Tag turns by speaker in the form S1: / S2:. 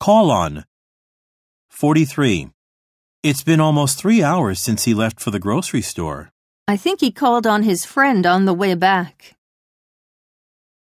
S1: Call on. 43. It's been almost three hours since he left for the grocery store.
S2: I think he called on his friend on the way back.